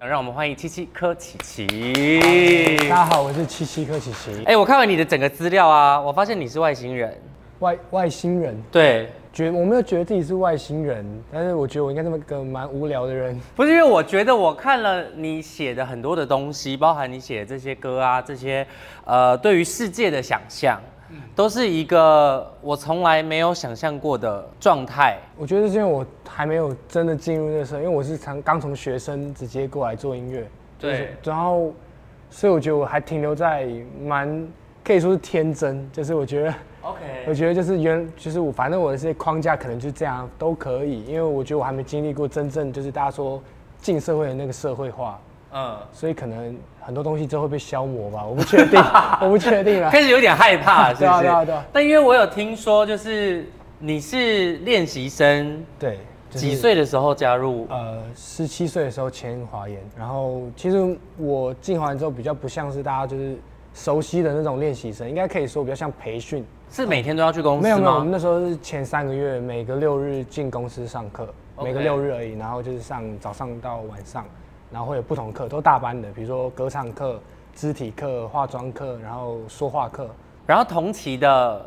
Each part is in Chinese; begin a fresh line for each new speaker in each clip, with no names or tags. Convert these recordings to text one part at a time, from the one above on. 让我们欢迎七七柯琪琪。
大家好，我是七七柯琪琪，
哎、我看完你的整个资料啊，我发现你是外星人。
外外星人，
对，
觉我没有觉得自己是外星人，但是我觉得我应该是个蛮无聊的人。
不是因为我觉得我看了你写的很多的东西，包含你写的这些歌啊，这些呃对于世界的想象，都是一个我从来没有想象过的状态。
我觉得是因为我还没有真的进入那个时候，因为我是常刚从学生直接过来做音乐，
对
然后所以我觉得我还停留在蛮可以说是天真，就是我觉得。我
OK，
觉得就是原，就是我反正我的这些框架可能就是这样都可以，因为我觉得我还没经历过真正就是大家说进社会的那个社会化，
嗯，
所以可能很多东西都会被消磨吧，我不 确定，我不确定啦。
开始有点害怕，是不
对啊
是？
对啊对啊
但因为我有听说，就是你是练习生，
对，就是
几？岁的时候加入？
呃，十七岁的时候签华研，然后其实我进华研之后比较不像是大家就是熟悉的那种练习生，应该可以说比较像培训。
是每天都要去公司吗？
没有没有，我们那时候是前三个月，每个六日进公司上课，每个
OK
六日而已，然后就是上早上到晚上，然后会有不同课，都大班的，比如说歌唱课、肢体课、化妆课，然后说话课。
然后同期的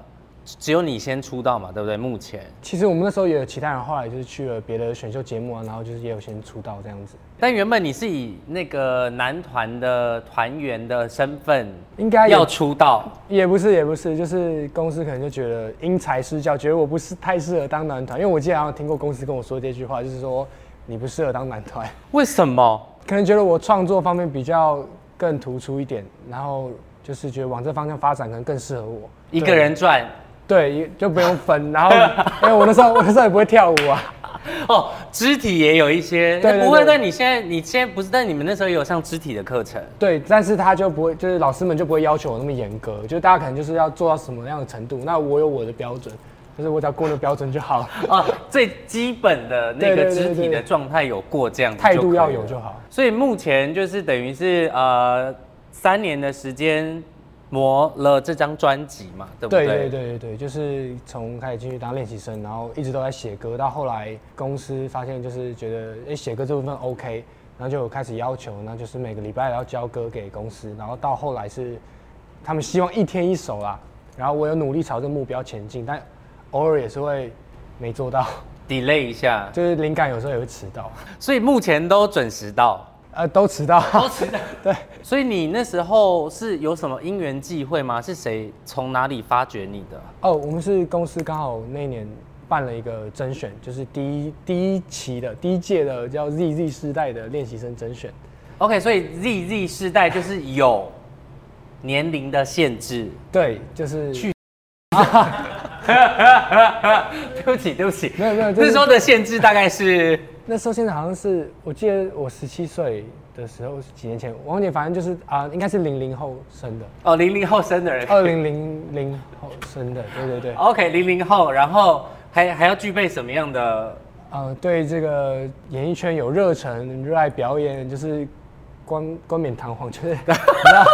只有你先出道嘛，对不对？目前，
其实我们那时候也有其他人，后来就是去了别的选秀节目啊，然后就是也有先出道这样子，
但原本你是以那个男团的团员的身份
应该也
要出道，
也不是也不是，就是公司可能就觉得因材施教，觉得我不是太适合当男团，因为我记得好像听过公司跟我说这句话，就是说你不适合当男团。
为什么？
可能觉得我创作方面比较更突出一点，然后就是觉得往这方向发展可能更适合我。
一个人赚
对，也就不用分。然后 因为我那时候我那时候也不会跳舞啊，
哦，肢体也有一些，
对对对
不会。但你现在，你现在不是，但你们那时候也有上肢体的课程，
对，但是他就不会，就是老师们就不会要求我那么严格，就是大家可能就是要做到什么样的程度，那我有我的标准，就是我只要过那个标准就好，
哦，最基本的那
对对
个
对对
肢体的
对
状态有过这样子就可
态
以了，
度要有就好。
所以目前就是等于是呃三年的时间磨了这张专辑嘛，对不
对
对？
对对对对，就是从开始进去当练习生，然后一直都在写歌，到后来公司发现就是觉得哎写歌这部分 OK，然后就有开始要求，那就是每个礼拜要交歌给公司，然后到后来是他们希望一天一首啦，然后我有努力朝这个目标前进，但偶尔也是会没做到，
delay 一下，
就是灵感有时候也会迟到，
所以目前都准时到。
呃都迟到，对。
所以你那时候是有什么因缘际会吗？是谁从哪里发掘你的？
哦，我们是公司刚好那一年办了一个甄选，就是第一第一期的第一届的叫 ZZ 世代的练习生甄选。
OK，所以 ZZ 世代就是有年龄的限制。
对，就是
去对不起，对不起，
没有没有就是
那时候的限制大概是
那时候现在好像是我记得我十七岁的时候，几年前，王姐反正就是啊、应该是零零后生的，
哦零零后生的人。
二零零零后生的，对对对，
OK，零零后，然后还还要具备什么样的
呃，对这个演艺圈有热忱、热爱表演，就是冠冠冕堂皇，就是 你知道，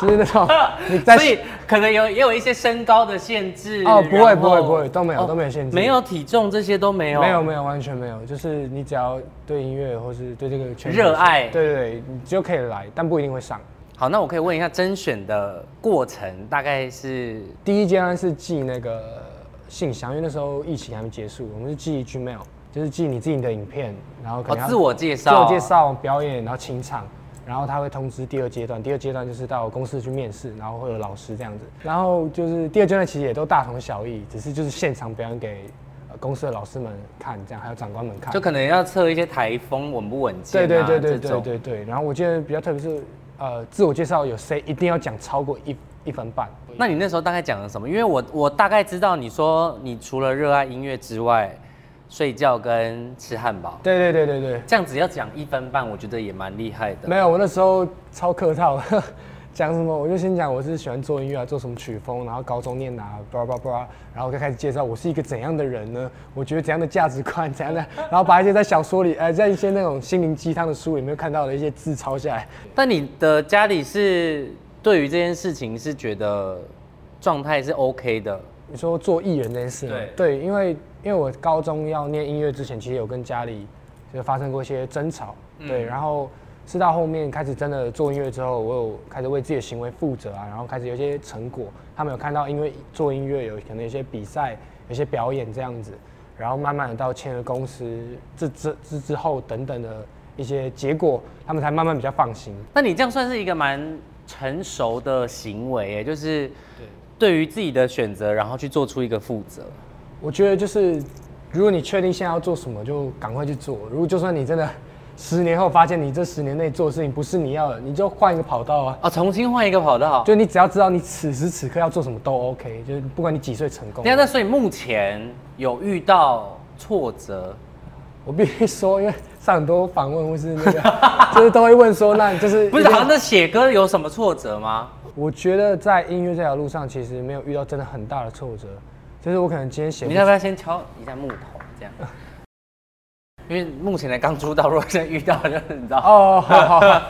就是 那种你在
所以可能有也有一些身高的限制
哦不
然
会
后哦
不会不会都没有都没有限制
没有体重这些都没有，
没有没有，完全没有，就是你只要对音乐或是对这个圈子
热爱
对对对，你就可以来，但不一定会上。
好，那我可以问一下甄选的过程大概是
第一阶段是寄那个信箱，因为那时候疫情还没结束，我们是寄 Gmail，就是寄你自己的影片，然后可
哦
能要
自我介
自
绍，
我介，绍、表演，然后清唱，然后他会通知第二阶段，第二阶段就是到公司去面试，然后会有老师这样子，然后就是第二阶段其实也都大同小异，只是就是现场表演给呃公司的老师们看，这样还有长官们看，
就可能要测一些台风稳不稳健、啊，
对对对对
这
对
种。
对对。然后我记得比较特别是，呃，自我介绍有谁一定要讲超过一一分半。
那你那时候大概讲了什么？因为我我大概知道你说你除了热爱音乐之外，睡觉跟吃汉堡，
对对对对对，
这样子要讲一分半，我觉得也蛮厉害的。
没有，我那时候超客套， 呵呵讲什么我就先讲我是喜欢做音乐啊，做什么曲风，然后高中念啊哪，巴拉巴拉巴拉，然后我就开始介绍我是一个怎样的人呢？我觉得怎样的价值观，怎样的，然后把一些在小说里，呃，在一些那种心灵鸡汤的书里面看到的一些字抄下来，
但你的家里是对于这件事情是觉得状态是 OK 的，
你说做艺人这件事吗？对，因为因为我高中要念音乐之前，其实有跟家里就发生过一些争吵，对，然后是到后面开始真的做音乐之后，我有开始为自己的行为负责啊，然后开始有一些成果。他们有看到，因为做音乐有可能有些比赛、有些表演这样子，然后慢慢的到签了公司，这这这之后等等的一些结果，他们才慢慢比较放心。
那你这样算是一个蛮成熟的行为，哎，就是对于自己的选择，然后去做出一个负责。
我觉得就是，如果你确定现在要做什么，就赶快去做。如果就算你真的十年后发现你这十年内做的事情不是你要的，你就换一个跑道啊。
哦，重新换一个跑道。
就你只要知道你此时此刻要做什么都 OK，就是啊不管你几岁成功
等一。下，那所以目前有遇到挫折，
我必须说，因为上很多访问或是那个， 就是都会问说，那你就是
不
一
是？啊
定
好像那写歌有什么挫折吗？
我觉得在音乐这条路上，其实没有遇到真的很大的挫折，就是我可能今天写不
你要不要先敲一下木头这样？因为目前才刚出道，如果真的遇到，就是你知道，
哦，好好好，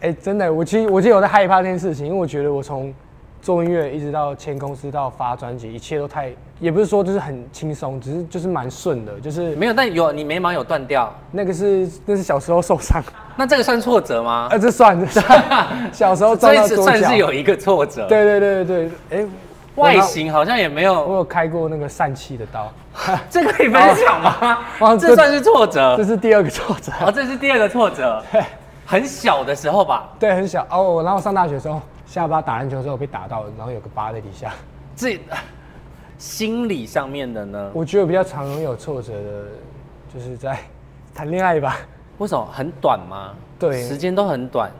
哎、真的，我其实我记得我在害怕这件事情，因为我觉得我从做音乐一直到签公司到发专辑，一切都太，也不是说就是很轻松，只是就是蛮顺的，就是
没有，但有你眉毛有断掉，
那个是那是小时候受伤，
那这个算挫折吗？
啊，这算这算，小时候撞
所以
到
是
桌
算
角
是，有一个挫折。，
对对对对对，哎、
外形好像也没
我有，
有，
我有开过那个疝气的刀，
这可以分享吗？
哦
这算是挫折
这。是第二个挫折，
哦，这是第二个挫折，很小的时候吧，
对，很小哦，然后上大学的时候下巴打篮球的时候被打到，然后有个疤在底下。
这心理上面的呢？
我觉得比较常容易有挫折的，就是在 谈恋爱吧。
为什么很短吗？
对
时间都很短，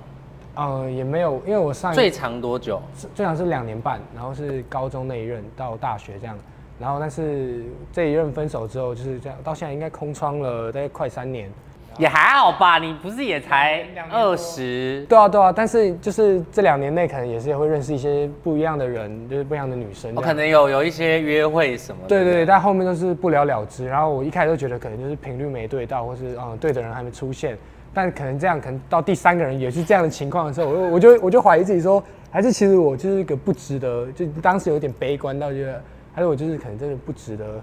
嗯，也没有，因为我上一
最长多久？
最长是两年半，然后是高中那一任到大学这样，然后但是这一任分手之后就是这样，到现在应该空窗了大概快三年。
也还好吧，你不是也才
两年多
二十？
对啊，对啊，但是就是这两年内可能也是会认识一些不一样的人，就是不一样的女生这样。
哦我可能有有一些约会什么的。
对对对，但后面都是不了了之。然后我一开始都觉得可能就是频率没对到，或是嗯对的人还没出现。但可能这样，可能到第三个人也是这样的情况的时候，我就我就我就怀疑自己说，还是其实我就是一个不值得，就当时有点悲观到觉得，还是我就是可能真的不值得，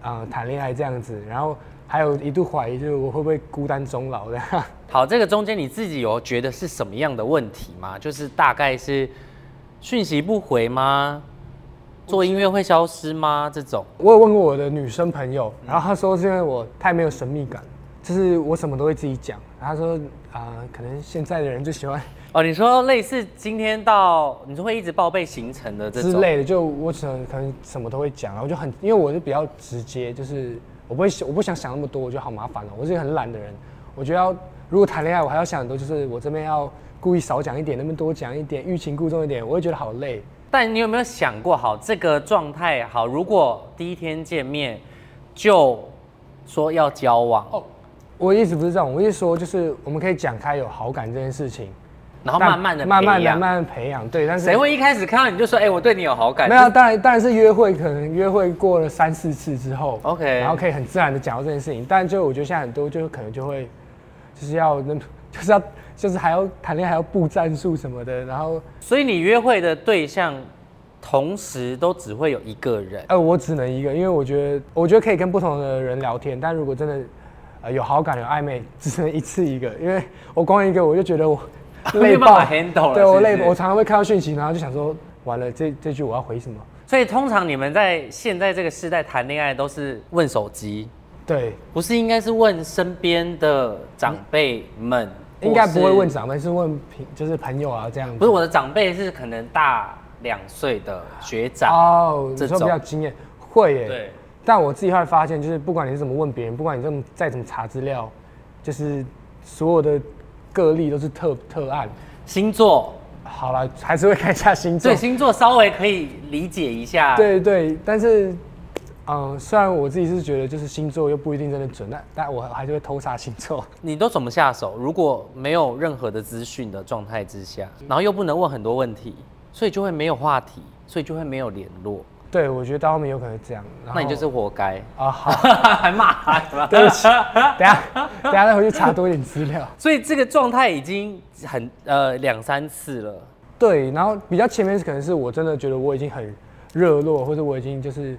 啊、谈恋爱这样子。然后还有一度怀疑，就是我会不会孤单终老的。
好，这个中间你自己有觉得是什么样的问题吗？就是大概是讯息不回吗？做音乐会消失吗？这种
我有问过我的女生朋友，然后她说是因为我太没有神秘感，就是我什么都会自己讲。然后她说啊、可能现在的人就喜欢
哦，你说类似今天到，你就会一直报备行程的这种
之类的，就我只能可能什么都会讲，然后就很，因为我是比较直接，就是我不会想我不想想那么多，我觉得好麻烦哦、我是一个很懒的人，我觉得要如果谈恋爱，我还要想很多，就是我这边要故意少讲一点，那边多讲一点，欲擒故纵一点，我会觉得好累。
但你有没有想过，好这个状态，好，如果第一天见面就说要交往，
我一直不是这种，我一直说就是我们可以讲开有好感这件事情，
然后
但
慢慢的
慢慢的慢慢地培养，对，但是
谁会一开始看到你就说，哎、我对你有好感？
没有，啊当然当然是约会，可能约会过了三四次之后
OK
然后可以很自然的讲到这件事情。但就我觉得现在很多就可能就会就是要那 就是要就是还要谈恋爱还要布战术什么的。然后
所以你约会的对象，同时都只会有一个人。
呃，我只能一个，因为我觉得我觉得可以跟不同的人聊天，但如果真的呃有好感有暧昧，只能一次一个，因为我光一个我就觉得我
没
累
有办
爆
法 handle 了
对我累
是不是
爆，我常常会看到讯息，然后就想说完了这这句我要回什么？
所以通常你们在现在这个时代谈恋爱都是问手机，
对，
不是应该是问身边的长辈们？
应该不会问
或
长辈，是问朋就是朋友啊这样子。
是，不是我的长辈是可能大两岁的学长。
哦，
这
你说比
种
较惊艳，会耶。
对。
但我自己后来发现，就是不管你是怎么问别人，不管你这么再怎么查资料，就是所有的个例都是特特案。
星座，
好了，还是会看一下星座
对。星座稍微可以理解一下。，
对对，但是，嗯、虽然我自己是觉得就是星座又不一定真的准，但但我还是会偷查星座。
你都怎么下手？如果没有任何的资讯的状态之下，然后又不能问很多问题，所以就会没有话题，所以就会没有联络。
对，我觉得到后面有可能是这样。然
那你就
后
是活该，
啊，好，
还骂他。
对不起，等一下等一下再回去查多一点资料。
所以这个状态已经很呃两三次了。
对，然后比较前面可能是我真的觉得我已经很热络，或者我已经就是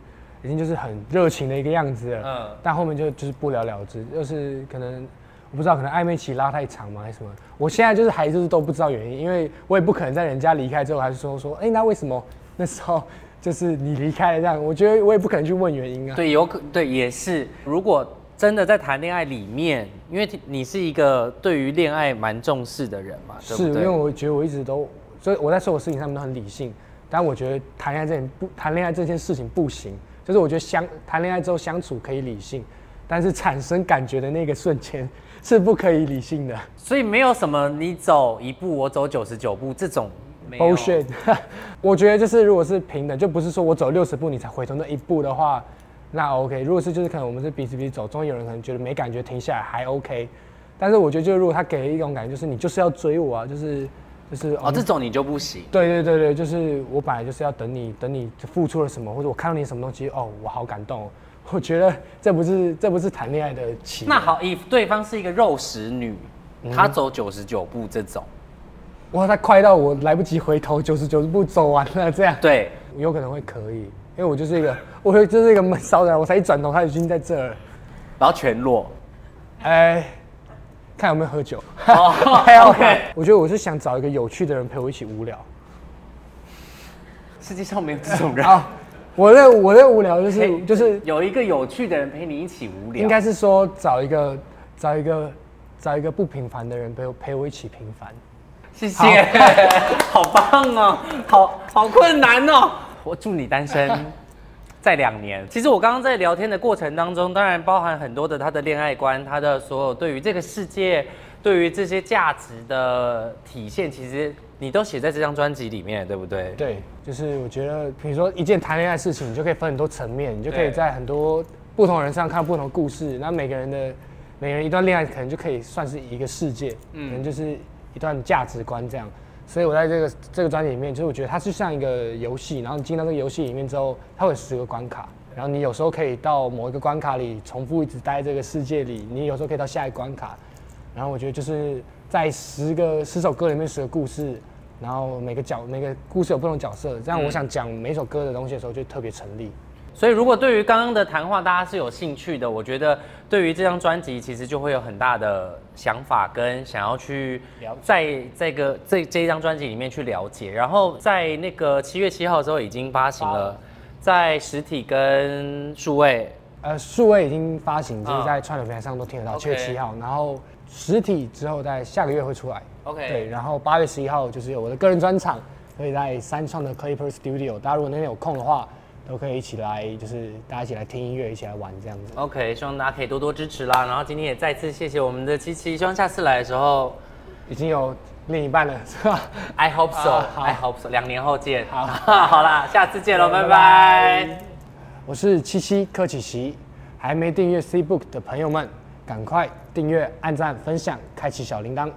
已经就是很热情的一个样子了。
嗯
但后面就就是不了了之，就是可能我不知道可能暧昧期拉太长嘛，还是什么？我现在就是还就是都不知道原因，因为我也不可能在人家离开之后还是说说，哎、那为什么那时候就是你离开了这样？我觉得我也不可能去问原因啊。
对，有可对也是。如果真的在谈恋爱里面，因为你是一个对于恋爱蛮重视的人嘛，对
是
不
因
对
为？我觉得我一直都，所以我在所有事情上面都很理性，但我觉得谈恋爱这件不谈恋爱这件事情不行，就是我觉得相谈恋爱之后相处可以理性，但是产生感觉的那个瞬间是不可以理性的。
所以没有什么你走一步我走九十九步这种没有
bullshit。我 觉得就是如果是平等，就不是说我走六十步你才回头那一步的话，那 OK。如果是就是可能我们是彼此彼此走，中间有人可能觉得没感觉停下来还 OK，但是我觉得就是如果他给了一种感觉，就是你就是要追我啊，就是就是
哦，这种你就不行。
对对对对，就是我本来就是要等你，等你付出了什么，或者我看到你什么东西，哦，我好感动、哦。 我觉得这不是这不是谈恋爱的起源。
那好，以对方是一个肉食女，
嗯
她走九十九步这种，
哇，他快到我来不及回头，九十九步走完了这样。
对，
有可能会可以，因为我就是一个，我就是一个闷骚的人，我才一转头他已经在这儿了。
然后全 裸。
哎，看有没有喝酒。
哦
还有
OK
哎我觉得我是想找一个有趣的人陪我一起无聊。
世界上没有这种人，
啊，我的我的无聊就是
嘿
就是
有一个有趣的人陪你一起无聊。
应该是说找一个找一个找一个不平凡的人陪我陪我一起平凡。
谢谢，好 棒哦，好好困难哦。我祝你单身 在两年。其实我刚刚在聊天的过程当中，当然包含很多的他的恋爱观，他的所有对于这个世界、对于这些价值的体现，其实你都写在这张专辑里面，对不对？
对，就是我觉得，比如说一件谈恋爱的事情，你就可以分很多层面，你就可以
对
在很多不同人上看不同的故事。那每个人的每个人一段恋爱，可能就可以算是一个世界，可能就是一段价值观这样。所以我在这个这个专辑里面，就是我觉得它是像一个游戏，然后你进到这个游戏里面之后，它会有十个关卡，然后你有时候可以到某一个关卡里重复一直待这个世界里，你有时候可以到下一个关卡，然后我觉得就是在十个十首歌里面十个故事，然后每个角每个故事有不同角色，这样我想讲每首歌的东西的时候就特别成立。
所以，如果对于刚刚的谈话大家是有兴趣的，我觉得对于这张专辑其实就会有很大的想法跟想要去
了解
在这个这这一张专辑里面去了解。然后在那个七月七号的时候已经发行了，在实体跟数位
呃，数位已经发行，就是
嗯
在串流平台上都听得到，
OK
七月七号，然后实体之后在下个月会出来。
OK
对，然后八月十一号就是有我的个人专场，可以在三创的 Clipper Studio，大家如果那天有空的话，都可以一起来，就是大家一起来听音乐，一起来玩这样子。
OK，希望大家可以多多支持啦。然后今天也再次谢谢我们的七七，希望下次来的时候
已经有另一半了， 是吧？
，I hope
啊好
so，I、hope so，两年后见。
好
好啦，下次见喽，
拜
拜
拜
拜
我是七七柯启奇，还没订阅 C Book 的朋友们，赶快订阅、按赞、分享、开启小铃铛。